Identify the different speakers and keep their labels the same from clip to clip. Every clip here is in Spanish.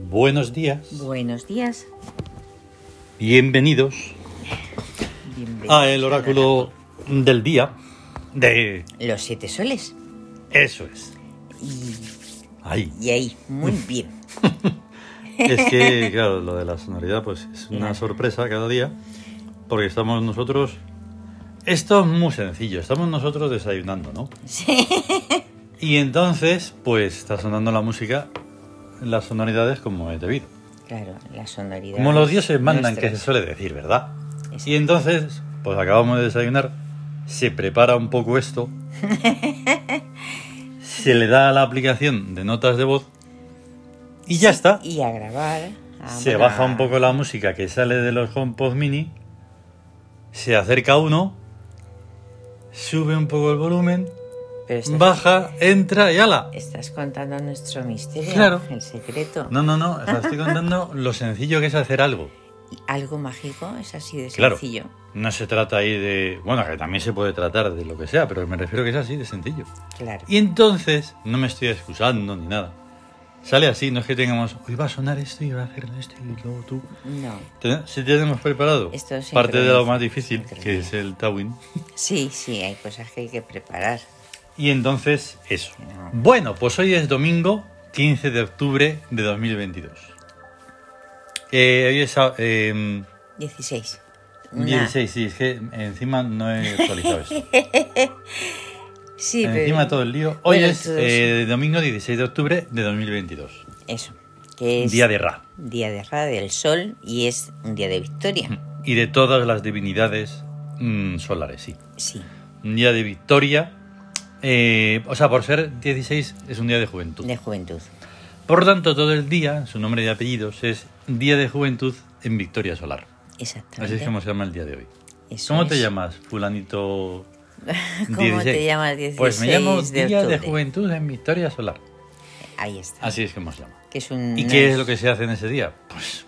Speaker 1: Buenos días.
Speaker 2: Buenos días.
Speaker 1: Bienvenidos
Speaker 2: Bienvenidos
Speaker 1: a Ah, el oráculo del día de...
Speaker 2: Los siete soles.
Speaker 1: Eso es. Ay,
Speaker 2: Y ahí, muy bien.
Speaker 1: es que, claro, lo de la sonoridad pues es una sorpresa cada día porque estamos nosotros... Esto es muy sencillo, estamos nosotros desayunando, ¿no? Sí. Y entonces, pues está sonando la música, las sonoridades como es debido.
Speaker 2: Claro, la sonoridad.
Speaker 1: Como los dioses mandan, que se suele decir, ¿verdad?
Speaker 2: Exacto.
Speaker 1: Y entonces, pues acabamos de desayunar, se prepara un poco esto, se le da a la aplicación de notas de voz y ya está.
Speaker 2: Y a grabar. a
Speaker 1: Se
Speaker 2: grabar.
Speaker 1: baja un poco la música que sale de los HomePod mini, se acerca uno, sube un poco el volumen,
Speaker 2: Pero estás,
Speaker 1: baja, entra y ala.
Speaker 2: Estás contando nuestro misterio.
Speaker 1: Claro.
Speaker 2: El secreto.
Speaker 1: No, no, no, os estoy contando lo sencillo que es hacer algo.
Speaker 2: Y Algo mágico es así de
Speaker 1: Claro.
Speaker 2: sencillo.
Speaker 1: No se trata ahí de. Bueno, que también se puede tratar de lo que sea, pero me refiero que es así de sencillo.
Speaker 2: Claro.
Speaker 1: Y entonces, no me estoy excusando ni nada. Sale así, no es que tengamos. Hoy va a sonar esto y va a hacer esto y luego tú.
Speaker 2: No.
Speaker 1: Ten- Si tenemos preparado
Speaker 2: Esto es
Speaker 1: parte de lo
Speaker 2: sincronía.
Speaker 1: más difícil, que
Speaker 2: Sincronía.
Speaker 1: es el Tawin.
Speaker 2: Sí, sí, hay cosas que hay que preparar.
Speaker 1: Y entonces, eso.
Speaker 2: No.
Speaker 1: Bueno, pues hoy es domingo 15 de octubre de 2022. Eh, hoy es. ah, em,
Speaker 2: 16. Una-
Speaker 1: 16, sí, es que encima no he actualizado esto.
Speaker 2: Sí, pero-
Speaker 1: Encima todo el lío. Hoy
Speaker 2: Bueno,
Speaker 1: es
Speaker 2: todo
Speaker 1: eh, domingo 16 de octubre de 2022.
Speaker 2: Eso. Que es
Speaker 1: Día de Ra.
Speaker 2: Día de Ra del Sol y es un día de victoria.
Speaker 1: Y de todas las divinidades mm, solares, sí.
Speaker 2: Sí.
Speaker 1: Un día de victoria. eh, o sea, por ser 16 es un día de juventud.
Speaker 2: De juventud.
Speaker 1: Por lo tanto, todo el día, su nombre y apellidos es Día de Juventud en Victoria Solar.
Speaker 2: Exactamente.
Speaker 1: Así es como se llama el día de hoy.
Speaker 2: Eso
Speaker 1: ¿Cómo te
Speaker 2: es.
Speaker 1: llamas, fulanito?
Speaker 2: ¿Cómo te llamas 16
Speaker 1: Pues me llamo
Speaker 2: de
Speaker 1: Día de
Speaker 2: octubre?
Speaker 1: Juventud en Victoria Solar.
Speaker 2: Ahí está.
Speaker 1: Así es como se llama.
Speaker 2: Que es un-
Speaker 1: ¿Y
Speaker 2: no
Speaker 1: qué es lo que se hace en ese día? Pues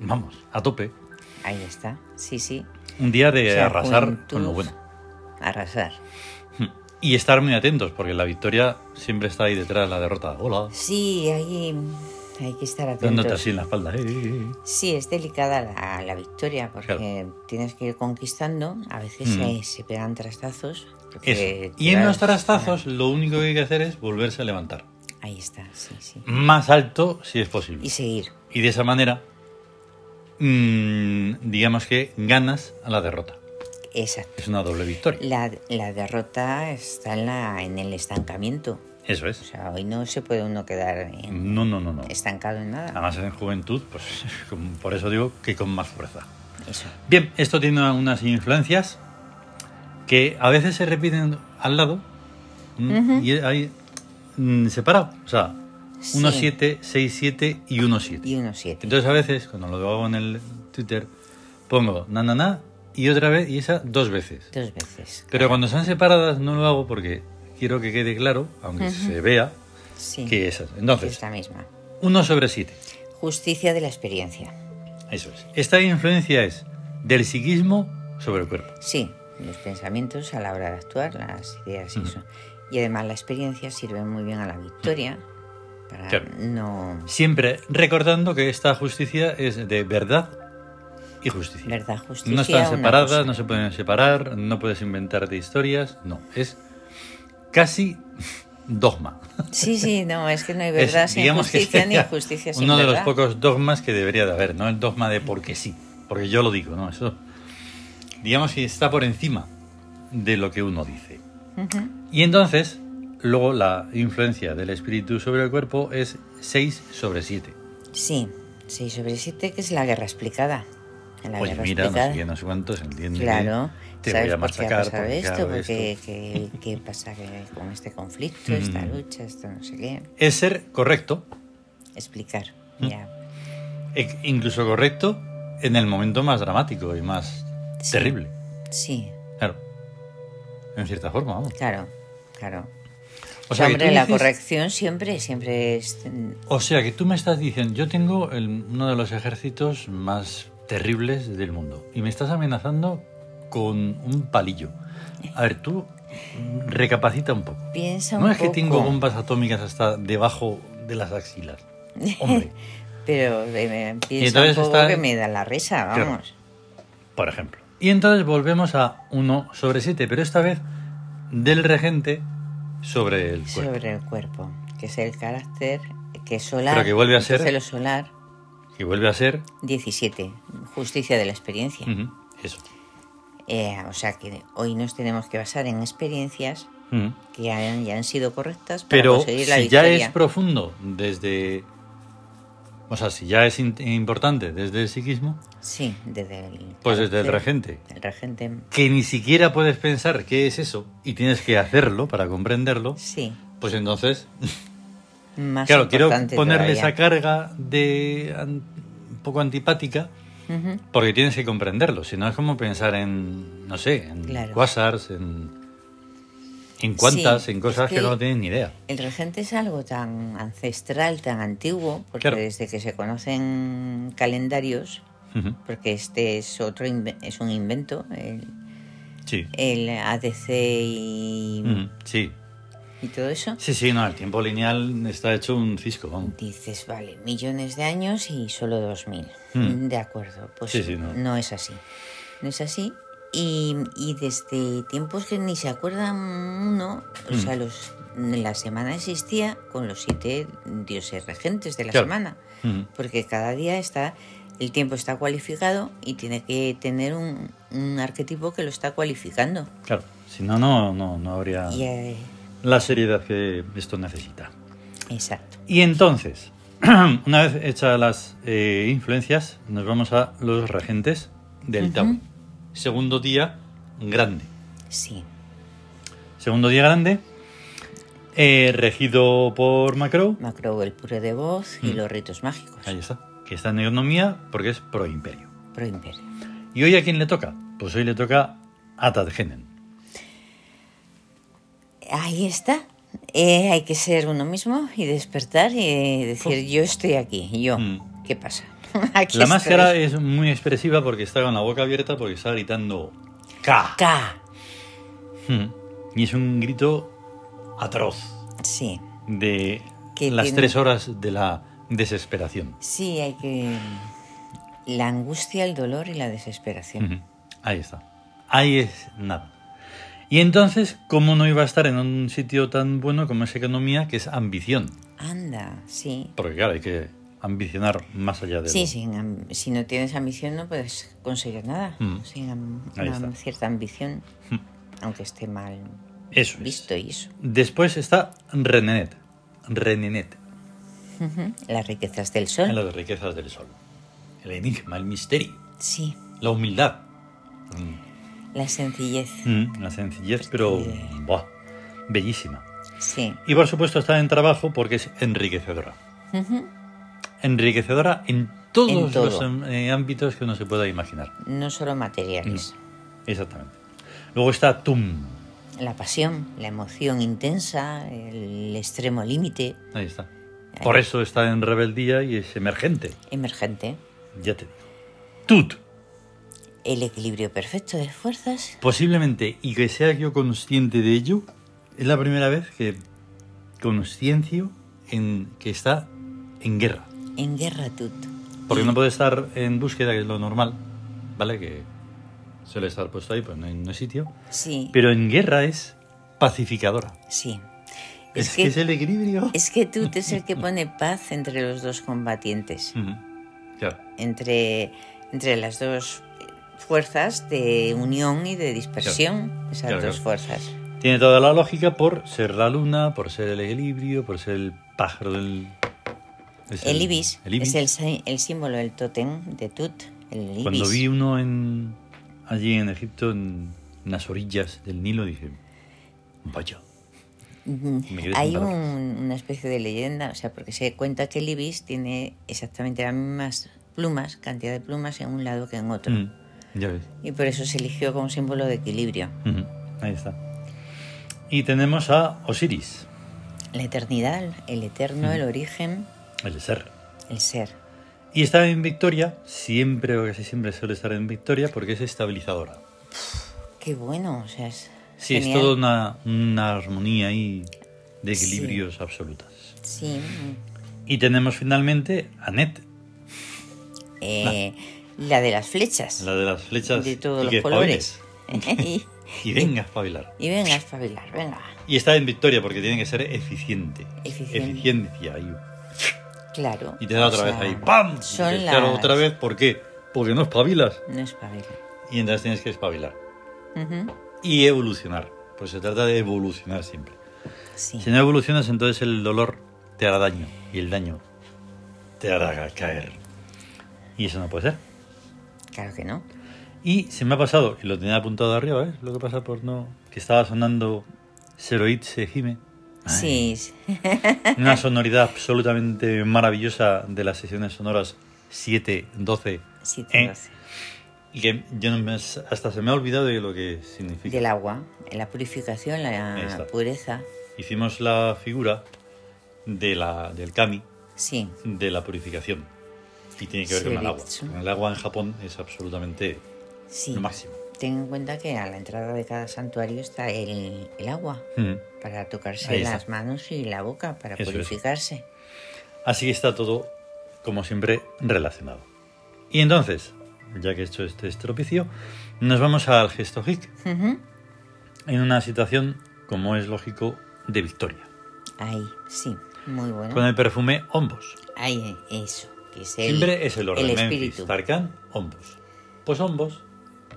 Speaker 1: vamos, a tope.
Speaker 2: Ahí está. Sí, sí.
Speaker 1: Un día de
Speaker 2: O sea,
Speaker 1: arrasar
Speaker 2: juventud,
Speaker 1: con lo bueno.
Speaker 2: Arrasar.
Speaker 1: Y estar muy atentos, porque la victoria siempre está ahí detrás de la derrota. Hola.
Speaker 2: Sí, ahí hay que estar
Speaker 1: Dándote así
Speaker 2: atentos.
Speaker 1: en la espalda. Eh, eh, eh.
Speaker 2: Sí, es delicada la, la victoria porque tienes que ir conquistando. A veces
Speaker 1: Mm.
Speaker 2: se, se pegan trastazos. porque
Speaker 1: Eso.
Speaker 2: te
Speaker 1: Y en
Speaker 2: vas-
Speaker 1: los
Speaker 2: eh.
Speaker 1: trazazos lo único que hay que hacer es volverse a levantar.
Speaker 2: Ahí está, sí, sí.
Speaker 1: Más alto si es posible.
Speaker 2: Y seguir.
Speaker 1: Y de esa manera, mm, digamos que ganas a la derrota.
Speaker 2: Exacto.
Speaker 1: Es una doble victoria.
Speaker 2: La, la derrota está en, la, en el estancamiento.
Speaker 1: Eso
Speaker 2: O
Speaker 1: es.
Speaker 2: sea, hoy no se puede uno quedar en-
Speaker 1: No, no, no, no.
Speaker 2: estancado en nada.
Speaker 1: Además en juventud, pues con- por eso digo que con más fuerza.
Speaker 2: Eso.
Speaker 1: Bien, esto tiene unas influencias que a veces se repiten al lado mm, y hay mm, separado. O sea, 1,
Speaker 2: Sí.
Speaker 1: 7, 6, 7 y 1, 7.
Speaker 2: Y unos siete.
Speaker 1: Entonces a veces, cuando lo hago en el Twitter, pongo na, na, na y otra vez y esa dos veces.
Speaker 2: Dos veces.
Speaker 1: Pero cuando están separadas no lo hago porque quiero que quede claro, aunque se vea,
Speaker 2: Sí.
Speaker 1: que es así. Entonces,
Speaker 2: Esta misma.
Speaker 1: 1 sobre 7.
Speaker 2: Justicia de la experiencia.
Speaker 1: Eso es. Esta influencia es del psiquismo sobre el cuerpo.
Speaker 2: Sí, los pensamientos a la hora de actuar, las ideas y eso. Y además la experiencia sirve muy bien a la victoria para
Speaker 1: Claro.
Speaker 2: no...
Speaker 1: Siempre recordando que esta justicia es de verdad y justicia.
Speaker 2: Verdad, justicia,
Speaker 1: no están
Speaker 2: una cosa.
Speaker 1: separadas, no se pueden separar, no puedes inventarte historias, no. Es casi dogma.
Speaker 2: Sí, sí, no, es que no hay
Speaker 1: Es,
Speaker 2: verdad sin justicia ni
Speaker 1: sería
Speaker 2: justicia sin
Speaker 1: Uno de los
Speaker 2: verdad.
Speaker 1: pocos dogmas que debería de haber, no el dogma de porque sí, porque yo lo digo, no, eso. Digamos que está por encima de lo que uno dice.
Speaker 2: Ujú.
Speaker 1: Y entonces, luego la influencia del espíritu sobre el cuerpo es 6 sobre 7.
Speaker 2: Sí, 6 sobre 7 que es la guerra explicada. En la
Speaker 1: Oye,
Speaker 2: guerra
Speaker 1: mira, no sé
Speaker 2: explicada.
Speaker 1: qué, no sé cuántos, entiende.
Speaker 2: Claro,
Speaker 1: Te voy a
Speaker 2: ¿sabes por qué ha
Speaker 1: machacar
Speaker 2: pasado
Speaker 1: porque
Speaker 2: esto?
Speaker 1: hago
Speaker 2: Porque
Speaker 1: esto.
Speaker 2: ¿qué, qué pasa que- con este conflicto, esta
Speaker 1: Mm.
Speaker 2: lucha, esto no sé qué?
Speaker 1: Es ser correcto,
Speaker 2: Explicar,
Speaker 1: Mm.
Speaker 2: ya.
Speaker 1: e- incluso correcto en el momento más dramático y más
Speaker 2: Sí.
Speaker 1: terrible.
Speaker 2: Sí,
Speaker 1: Claro. En cierta forma, vamos.
Speaker 2: claro, claro.
Speaker 1: O sea, que
Speaker 2: Hombre,
Speaker 1: tú
Speaker 2: la
Speaker 1: dices-
Speaker 2: corrección siempre, siempre es...
Speaker 1: O sea, que tú me estás diciendo, yo tengo el- uno de los ejércitos más terribles del mundo y me estás amenazando con un palillo. A ver, tú mm, recapacita un poco.
Speaker 2: Piensa un
Speaker 1: No es que
Speaker 2: poco.
Speaker 1: tengo bombas atómicas hasta debajo de las axilas. Hombre,
Speaker 2: Pero eh, piensa un poco está... que me da la risa, vamos. Claro.
Speaker 1: Por ejemplo. Y entonces volvemos a 1 sobre 7, pero esta vez del regente sobre el cuerpo.
Speaker 2: Sobre el cuerpo, que es el carácter que es solar.
Speaker 1: Pero que vuelve a ser.
Speaker 2: Es el solar.
Speaker 1: Que vuelve a ser.
Speaker 2: 17. Justicia de la experiencia.
Speaker 1: Uh -huh. Eso.
Speaker 2: Eh, o sea que hoy nos tenemos que basar en experiencias uh -huh. que han, ya han sido correctas para
Speaker 1: Pero
Speaker 2: conseguir la
Speaker 1: si
Speaker 2: victoria.
Speaker 1: ya es profundo desde. O sea, si ya es importante desde el psiquismo.
Speaker 2: Sí, desde el.
Speaker 1: Pues desde el regente.
Speaker 2: El regente.
Speaker 1: Que ni siquiera puedes pensar qué es eso y tienes que hacerlo para comprenderlo.
Speaker 2: Sí.
Speaker 1: Pues entonces.
Speaker 2: Más
Speaker 1: claro, quiero ponerle
Speaker 2: todavía.
Speaker 1: esa carga de un poco antipática uh -huh. porque tienes que comprenderlo. Si no es como pensar en, no sé, en
Speaker 2: Claro.
Speaker 1: quasars, en, en cuantas,
Speaker 2: Sí,
Speaker 1: en cosas
Speaker 2: es
Speaker 1: que,
Speaker 2: que-
Speaker 1: no tienen ni idea.
Speaker 2: El regente es algo tan ancestral, tan antiguo, porque
Speaker 1: Claro.
Speaker 2: desde que se conocen calendarios,
Speaker 1: Ujú.
Speaker 2: porque este es otro inve- es un invento, el,
Speaker 1: Sí.
Speaker 2: el ADC y,
Speaker 1: Ujú. Sí.
Speaker 2: y todo eso.
Speaker 1: Sí, sí, no, el tiempo lineal está hecho un cisco, vamos.
Speaker 2: Dices, vale, millones de años y solo dos mil.
Speaker 1: Hmm.
Speaker 2: De acuerdo, pues
Speaker 1: Sí, sí, no.
Speaker 2: no. es así. No es así. Y, y desde tiempos que ni se acuerdan uno, o
Speaker 1: Hmm.
Speaker 2: sea, los, la semana existía con los siete dioses regentes de la
Speaker 1: Claro.
Speaker 2: semana.
Speaker 1: Ujú.
Speaker 2: porque cada día está el tiempo está cualificado y tiene que tener un, un arquetipo que lo está cualificando.
Speaker 1: Claro, si no, no, no, no habría
Speaker 2: Y, eh,
Speaker 1: la seriedad que esto necesita.
Speaker 2: exacto.
Speaker 1: Y entonces, una vez hechas las eh, influencias, nos vamos a los regentes del Tao. Segundo día grande.
Speaker 2: Sí.
Speaker 1: Segundo día grande, eh, regido por Macro.
Speaker 2: Macro, el puro de voz y los ritos mágicos.
Speaker 1: Hmm. Ahí está. Que está en economía porque es pro imperio.
Speaker 2: Pro imperio.
Speaker 1: ¿Y hoy a quién le toca? Pues hoy le toca a Tadgenen.
Speaker 2: Ahí está. Eh, hay que ser uno mismo y despertar y decir, yo estoy aquí, yo.
Speaker 1: Pues Mm.
Speaker 2: ¿Qué pasa? Aquí
Speaker 1: La
Speaker 2: estoy.
Speaker 1: máscara es muy expresiva porque está con la boca abierta porque está gritando K.
Speaker 2: K.
Speaker 1: Mm. Y es un grito atroz.
Speaker 2: Sí.
Speaker 1: de
Speaker 2: Que
Speaker 1: las
Speaker 2: tiene-
Speaker 1: tres horas de la desesperación.
Speaker 2: Sí, hay que... La angustia, el dolor y la desesperación.
Speaker 1: Ujú. Ahí está. Ahí es nada. Y entonces, ¿cómo no iba a estar en un sitio tan bueno como es economía, que es ambición?
Speaker 2: Anda, sí.
Speaker 1: Porque claro, hay que ambicionar más allá de
Speaker 2: Sí,
Speaker 1: lo-
Speaker 2: sin am- si no tienes ambición no puedes conseguir nada.
Speaker 1: Mm.
Speaker 2: Sin am-
Speaker 1: Ahí
Speaker 2: una
Speaker 1: está. Mm.
Speaker 2: cierta ambición, aunque esté mal
Speaker 1: Eso es.
Speaker 2: visto y eso.
Speaker 1: Después está Renenet. Renenet, mm.
Speaker 2: Ujú. Las riquezas del
Speaker 1: en
Speaker 2: sol.
Speaker 1: las riquezas del sol. El enigma, el misterio,
Speaker 2: Sí,
Speaker 1: la humildad.
Speaker 2: la sencillez.
Speaker 1: Mm, la
Speaker 2: Pues
Speaker 1: sencillez, pero buah, bellísima.
Speaker 2: Sí,
Speaker 1: Y por supuesto está en trabajo porque es enriquecedora. Enriquecedora en todos
Speaker 2: En todo.
Speaker 1: los am- eh, ámbitos que uno se pueda imaginar.
Speaker 2: no solo
Speaker 1: Mm.
Speaker 2: materiales.
Speaker 1: Exactamente. Luego está TUM.
Speaker 2: La pasión, la emoción intensa, el extremo límite
Speaker 1: Ahí está. Por eso está en rebeldía y es emergente.
Speaker 2: emergente.
Speaker 1: Ya te digo. TUT.
Speaker 2: El equilibrio perfecto de fuerzas.
Speaker 1: Posiblemente, y que sea yo consciente de ello, es la primera vez que consciencio en que está en guerra.
Speaker 2: En guerra tut.
Speaker 1: Porque no puede estar en búsqueda, que es lo normal, ¿vale? Que suele estar puesto ahí, pues no hay, no hay sitio.
Speaker 2: Sí,
Speaker 1: Pero en guerra es pacificadora.
Speaker 2: sí.
Speaker 1: Es, que, es el equilibrio.
Speaker 2: Es que tú es el que pone paz entre los dos combatientes,
Speaker 1: Ujú. Claro,
Speaker 2: entre, entre las dos fuerzas de unión y de dispersión, esas
Speaker 1: Claro,
Speaker 2: dos
Speaker 1: claro.
Speaker 2: fuerzas.
Speaker 1: Tiene toda la lógica por ser la luna, por ser el equilibrio, por ser el pájaro del... es
Speaker 2: El ibis,
Speaker 1: el ibis.
Speaker 2: es el, sí- el símbolo del tótem de Tut, el ibis.
Speaker 1: Cuando vi uno en, allí en Egipto, en, en las orillas del Nilo, dije, vaya.
Speaker 2: Mm,
Speaker 1: me quedé sin
Speaker 2: Hay
Speaker 1: palabras.
Speaker 2: un- una especie de leyenda, o sea, porque se cuenta que el ibis tiene exactamente las mismas plumas, cantidad de plumas en un lado que en otro.
Speaker 1: Mm, ya ves.
Speaker 2: Y por eso se eligió como símbolo de equilibrio.
Speaker 1: Ujú, Ahí está. Y tenemos a Osiris,
Speaker 2: La eternidad, el
Speaker 1: Mm.
Speaker 2: eterno, el origen,
Speaker 1: el ser.
Speaker 2: el ser.
Speaker 1: Y está en Victoria, siempre o casi siempre suele estar en Victoria porque es estabilizadora.
Speaker 2: Qué bueno, o sea, es
Speaker 1: Sí,
Speaker 2: genial.
Speaker 1: es toda una, una armonía ahí de
Speaker 2: Sí.
Speaker 1: equilibrios absolutas.
Speaker 2: Sí,
Speaker 1: Y tenemos finalmente a Net,
Speaker 2: eh, la de las flechas.
Speaker 1: La de las flechas.
Speaker 2: De todos
Speaker 1: y
Speaker 2: los
Speaker 1: que
Speaker 2: colores. y,
Speaker 1: Y venga a espabilar.
Speaker 2: y venga a espabilar, venga.
Speaker 1: Y está en victoria porque tiene que ser eficiente.
Speaker 2: Eficiente.
Speaker 1: Eficiencia. ahí.
Speaker 2: Claro.
Speaker 1: Y te da otra
Speaker 2: o
Speaker 1: vez
Speaker 2: sea,
Speaker 1: ahí. ¡Pam! Y
Speaker 2: Son
Speaker 1: dices, Claro,
Speaker 2: las-
Speaker 1: otra vez. ¿Por qué? Porque no espabilas.
Speaker 2: No espabila.
Speaker 1: Y entonces tienes que espabilar.
Speaker 2: Ujú,
Speaker 1: Y evolucionar. Pues se trata de evolucionar siempre.
Speaker 2: Sí.
Speaker 1: Si no evolucionas, entonces el dolor te hará daño. Y el daño te hará caer. Y eso no puede ser.
Speaker 2: Claro que no.
Speaker 1: Y se me ha pasado, y lo tenía apuntado arriba, ¿ves? Lo que pasa por no. Que estaba sonando Seroid Sejime.
Speaker 2: Sí, sí.
Speaker 1: Una sonoridad absolutamente maravillosa de las sesiones sonoras 7, 12.
Speaker 2: sí, te
Speaker 1: ¿eh?
Speaker 2: lo hace.
Speaker 1: Y que yo no me- hasta se me ha olvidado de lo que significa.
Speaker 2: Del agua, la purificación, la
Speaker 1: Ahí está.
Speaker 2: pureza.
Speaker 1: Hicimos la figura de la, del kami,
Speaker 2: Sí,
Speaker 1: de la purificación. Y tiene que ver con el agua.
Speaker 2: Seroitsu.
Speaker 1: El agua en Japón es absolutamente
Speaker 2: sí.
Speaker 1: lo máximo.
Speaker 2: Ten en cuenta que a la entrada de cada santuario está el, el agua
Speaker 1: Mm.
Speaker 2: para tocarse
Speaker 1: Ahí está.
Speaker 2: las manos y la boca para
Speaker 1: Eso es.
Speaker 2: purificarse.
Speaker 1: Así que está todo, como siempre, relacionado. Y entonces, ya que he hecho este estropicio, nos vamos al gesto hic
Speaker 2: Ujú.
Speaker 1: en una situación, como es lógico, de victoria.
Speaker 2: Ahí, sí, muy bueno.
Speaker 1: Con el perfume Ombos.
Speaker 2: Ahí, eso, que es el,
Speaker 1: Siempre es el orden. Memphis,
Speaker 2: espíritu.
Speaker 1: Tarkan, Ombos. Pues Ombos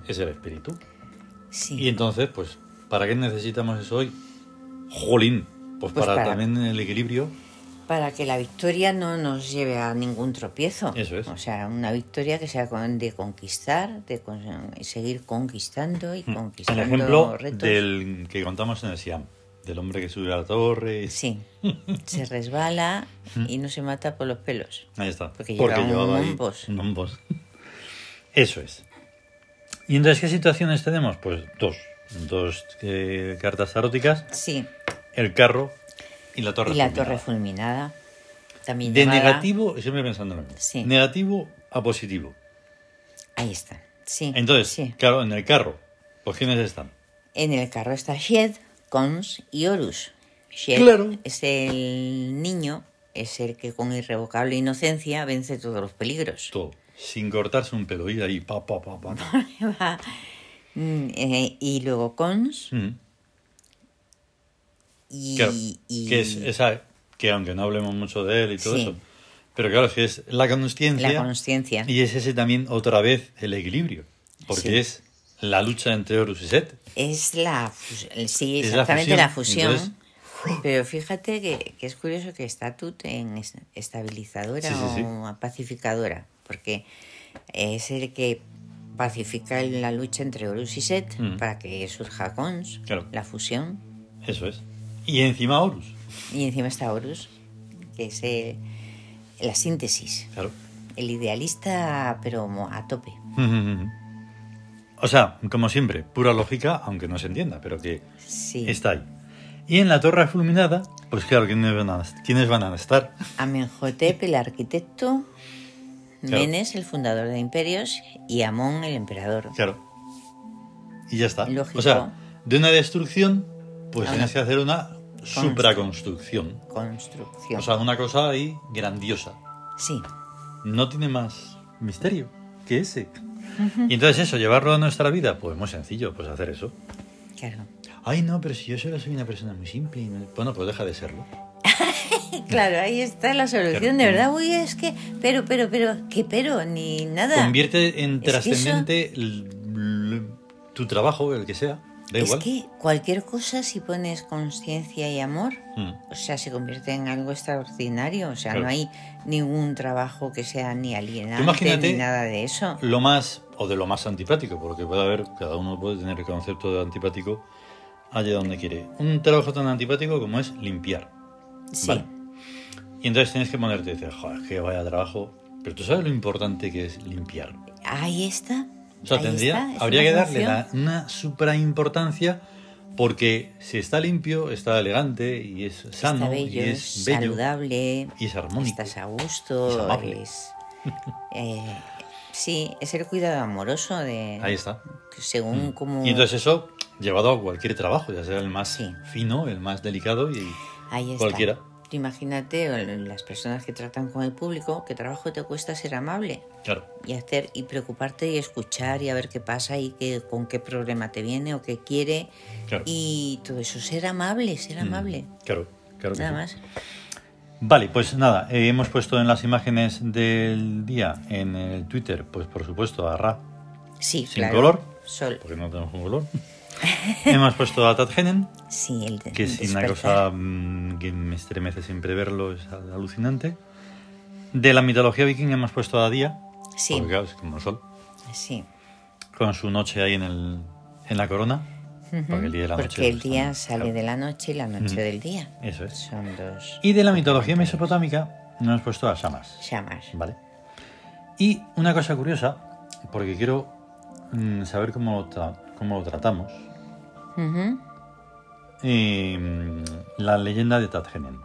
Speaker 1: es el espíritu. Y
Speaker 2: Sí,
Speaker 1: entonces, pues, ¿para qué necesitamos eso hoy? Jolín. Pues,
Speaker 2: Pues
Speaker 1: para,
Speaker 2: para-
Speaker 1: también el equilibrio.
Speaker 2: para que la victoria no nos lleve a ningún tropiezo.
Speaker 1: Eso es.
Speaker 2: O sea, una victoria que sea con- de conquistar, de con- seguir conquistando y
Speaker 1: Mm. El
Speaker 2: conquistando
Speaker 1: ejemplo
Speaker 2: retos.
Speaker 1: del que contamos en el Siam. Del hombre que sube a la torre. y-
Speaker 2: Sí, se resbala
Speaker 1: Mm.
Speaker 2: y no se mata por los pelos.
Speaker 1: Ahí está.
Speaker 2: Porque llevaba un hombos.
Speaker 1: un hombos. Eso es. ¿Y entonces qué situaciones tenemos? Pues dos. Dos eh, cartas taróticas.
Speaker 2: Sí,
Speaker 1: El carro y la torre.
Speaker 2: y la
Speaker 1: fulminada.
Speaker 2: torre fulminada. También
Speaker 1: De
Speaker 2: llamada-
Speaker 1: negativo, siempre pensando en lo mismo.
Speaker 2: Sí.
Speaker 1: Negativo a positivo.
Speaker 2: Ahí está, sí.
Speaker 1: Entonces,
Speaker 2: sí.
Speaker 1: claro, en el carro, pues ¿quiénes están?
Speaker 2: En el carro está Shed, Cons y Horus. Shed
Speaker 1: Claro.
Speaker 2: es el niño, es el que con irrevocable inocencia vence todos los peligros.
Speaker 1: Todo. Sin cortarse un pelo. Y ahí, pa, pa, pa, pa.
Speaker 2: Mm, eh, y luego Cons
Speaker 1: Mm.
Speaker 2: y...
Speaker 1: Claro,
Speaker 2: y-
Speaker 1: que es esa, que aunque no hablemos mucho de él y todo
Speaker 2: Sí.
Speaker 1: eso, pero claro, es que es la consciencia.
Speaker 2: La consciencia.
Speaker 1: Y es ese también otra vez el equilibrio, porque
Speaker 2: Sí.
Speaker 1: es la lucha entre Horus y Set.
Speaker 2: Es la fus- sí,
Speaker 1: Es la
Speaker 2: exactamente la
Speaker 1: fusión,
Speaker 2: fusión. Pero fíjate que, que es curioso que está Tut en es- estabilizadora
Speaker 1: Sí, sí, sí.
Speaker 2: o pacificadora, porque es el que pacifica la lucha entre Horus y Set
Speaker 1: Mm.
Speaker 2: para que surja Cons,
Speaker 1: Claro.
Speaker 2: la fusión.
Speaker 1: Eso es. Y encima Horus.
Speaker 2: Y encima está Horus, que es eh, la síntesis,
Speaker 1: Claro.
Speaker 2: el idealista, pero mo- a tope.
Speaker 1: O sea, como siempre, pura lógica, aunque no se entienda, pero que
Speaker 2: Sí,
Speaker 1: está ahí. Y en la torre fulminada, pues claro, ¿quiénes van a, quiénes van a estar?
Speaker 2: Amenhotep, el arquitecto,
Speaker 1: Claro.
Speaker 2: Menes, el fundador de imperios, y Amón, el emperador.
Speaker 1: Claro. Y ya está.
Speaker 2: Lógico. Ah.
Speaker 1: O sea, de una destrucción, pues
Speaker 2: A
Speaker 1: tienes
Speaker 2: una
Speaker 1: que hacer una supraconstrucción.
Speaker 2: Construcción.
Speaker 1: O sea, una cosa ahí grandiosa.
Speaker 2: sí,
Speaker 1: No tiene más misterio que ese. Y entonces eso, llevarlo a nuestra vida, pues muy sencillo, pues hacer eso.
Speaker 2: claro.
Speaker 1: Ay, no, pero si yo solo soy una persona muy simple. y no- Bueno, pues deja de serlo.
Speaker 2: Claro, ahí está la solución,
Speaker 1: Claro.
Speaker 2: de verdad, uy, es que, pero, pero, pero, que pero, ni nada.
Speaker 1: Convierte en
Speaker 2: Es que eso-
Speaker 1: trascendente l- l- tu trabajo, el que sea. Da
Speaker 2: es
Speaker 1: igual.
Speaker 2: que cualquier cosa, si pones conciencia y amor,
Speaker 1: Mm.
Speaker 2: o sea, se convierte en algo extraordinario, o sea,
Speaker 1: Claro.
Speaker 2: no hay ningún trabajo que sea ni alienante,
Speaker 1: Tú imagínate-
Speaker 2: ni nada de eso.
Speaker 1: Lo más, o de lo más antipático, porque puede haber, cada uno puede tener el concepto de antipático allá donde quiere. Un trabajo tan antipático como es limpiar.
Speaker 2: Sí,
Speaker 1: Vale. Y entonces tienes que ponerte y decir, joder, que vaya trabajo. Pero tú sabes lo importante que es limpiar.
Speaker 2: ahí está.
Speaker 1: O sea,
Speaker 2: ahí
Speaker 1: tendría,
Speaker 2: está, es
Speaker 1: habría
Speaker 2: una
Speaker 1: que darle
Speaker 2: solución.
Speaker 1: la- una supra importancia porque si está limpio, está elegante y es sano
Speaker 2: está bello,
Speaker 1: y
Speaker 2: es
Speaker 1: es bello
Speaker 2: saludable,
Speaker 1: y es armónico.
Speaker 2: estás
Speaker 1: Es
Speaker 2: a gusto,
Speaker 1: amable.
Speaker 2: es- eh, sí, es el cuidado amoroso de
Speaker 1: Ahí está. Mm.
Speaker 2: según como
Speaker 1: Y entonces eso llevado a cualquier trabajo, ya sea el más
Speaker 2: Sí.
Speaker 1: fino, el más delicado y
Speaker 2: ahí está.
Speaker 1: cualquiera.
Speaker 2: Tú imagínate el- las personas que tratan con el público, qué trabajo te cuesta ser amable
Speaker 1: Claro.
Speaker 2: y hacer y preocuparte y escuchar y a ver qué pasa y qué, con qué problema te viene o qué quiere
Speaker 1: Claro.
Speaker 2: y todo eso, ser amable, ser amable.
Speaker 1: Mm, Claro, claro. que
Speaker 2: Nada
Speaker 1: sí.
Speaker 2: más.
Speaker 1: Vale, pues nada, eh, hemos puesto en las imágenes del día en el Twitter, pues por supuesto a Ra,
Speaker 2: Sí,
Speaker 1: sin
Speaker 2: claro.
Speaker 1: color,
Speaker 2: Sol.
Speaker 1: porque no tenemos un color. hemos puesto a Tadgenen,
Speaker 2: Sí, el de-
Speaker 1: que es una
Speaker 2: despertar.
Speaker 1: cosa mm, que me estremece siempre verlo, es al- alucinante. De la mitología viking hemos puesto a Día,
Speaker 2: Sí,
Speaker 1: porque claro, es como el sol,
Speaker 2: sí.
Speaker 1: con su noche ahí en, el, en la corona, porque el día de la noche.
Speaker 2: Porque el
Speaker 1: pues,
Speaker 2: día
Speaker 1: también,
Speaker 2: sale
Speaker 1: claro.
Speaker 2: de la noche y la noche
Speaker 1: Ujú.
Speaker 2: del día.
Speaker 1: Eso es.
Speaker 2: Son dos
Speaker 1: Y de la mitología mesopotámica hemos puesto a Samas.
Speaker 2: llamas.
Speaker 1: Vale. Y una cosa curiosa, porque quiero mm, saber cómo lo, tra- cómo lo tratamos.
Speaker 2: Ujú,
Speaker 1: eh, mm, la leyenda de Tadgenen,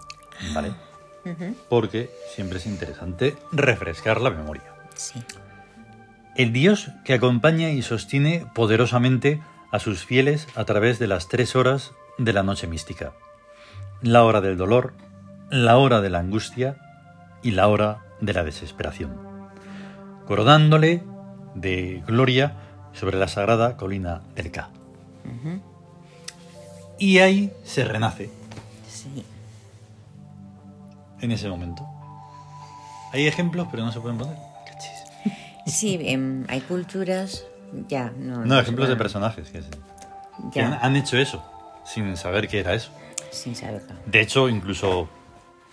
Speaker 1: ¿vale?
Speaker 2: ujú.
Speaker 1: Porque siempre es interesante refrescar la memoria.
Speaker 2: Sí,
Speaker 1: El dios que acompaña y sostiene poderosamente a sus fieles a través de las tres horas de la noche mística. La hora del dolor, la hora de la angustia y la hora de la desesperación. Coronándole de gloria sobre la sagrada colina del K. Y ahí se renace
Speaker 2: sí.
Speaker 1: en ese momento. Hay ejemplos, pero no se pueden poner. Cachis.
Speaker 2: Sí, em, hay culturas. Ya, no.
Speaker 1: No,
Speaker 2: se
Speaker 1: ejemplos de
Speaker 2: van-
Speaker 1: personajes que se- que han,
Speaker 2: Ya,
Speaker 1: han hecho eso sin saber qué era eso.
Speaker 2: sin saberlo.
Speaker 1: De hecho, incluso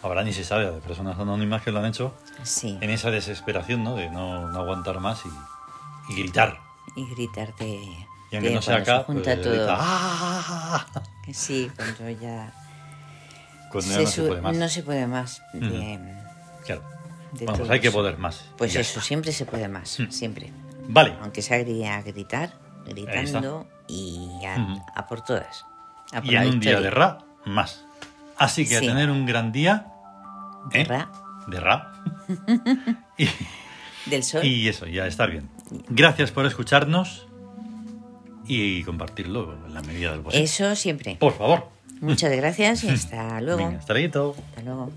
Speaker 1: ahora ni se sabe de personas anónimas que lo han hecho
Speaker 2: Sí.
Speaker 1: en esa desesperación, ¿no? De no, no aguantar más y, y gritar.
Speaker 2: Y gritar de.
Speaker 1: Y aunque
Speaker 2: de
Speaker 1: no sea
Speaker 2: cuando
Speaker 1: acá,
Speaker 2: se junta
Speaker 1: pues, grita,
Speaker 2: todo.
Speaker 1: "¡Ah!".
Speaker 2: Sí, cuando ya.
Speaker 1: Cuando ya
Speaker 2: se
Speaker 1: Pues no se
Speaker 2: su-
Speaker 1: puede más.
Speaker 2: no se puede más. de-
Speaker 1: Claro.
Speaker 2: de
Speaker 1: Bueno, pues
Speaker 2: todo
Speaker 1: hay que
Speaker 2: eso.
Speaker 1: poder más.
Speaker 2: Pues
Speaker 1: Ya
Speaker 2: eso,
Speaker 1: está.
Speaker 2: siempre se puede más.
Speaker 1: Mm.
Speaker 2: Siempre.
Speaker 1: Vale,
Speaker 2: Aunque sea gri- a gritar, gritando y a,
Speaker 1: Ujú.
Speaker 2: a por todas. A Ah, por
Speaker 1: y
Speaker 2: la
Speaker 1: en un día de
Speaker 2: victoria.
Speaker 1: Ra, más. Así que
Speaker 2: Sí.
Speaker 1: a tener un gran día
Speaker 2: De
Speaker 1: ¿eh?
Speaker 2: ra,
Speaker 1: de Ra. y,
Speaker 2: del sol.
Speaker 1: y eso, ya está bien. Gracias por escucharnos y compartirlo en la medida del posible.
Speaker 2: Eso siempre.
Speaker 1: Por favor.
Speaker 2: Muchas gracias y hasta luego.
Speaker 1: pues, Venga, hasta luego.
Speaker 2: Hasta luego.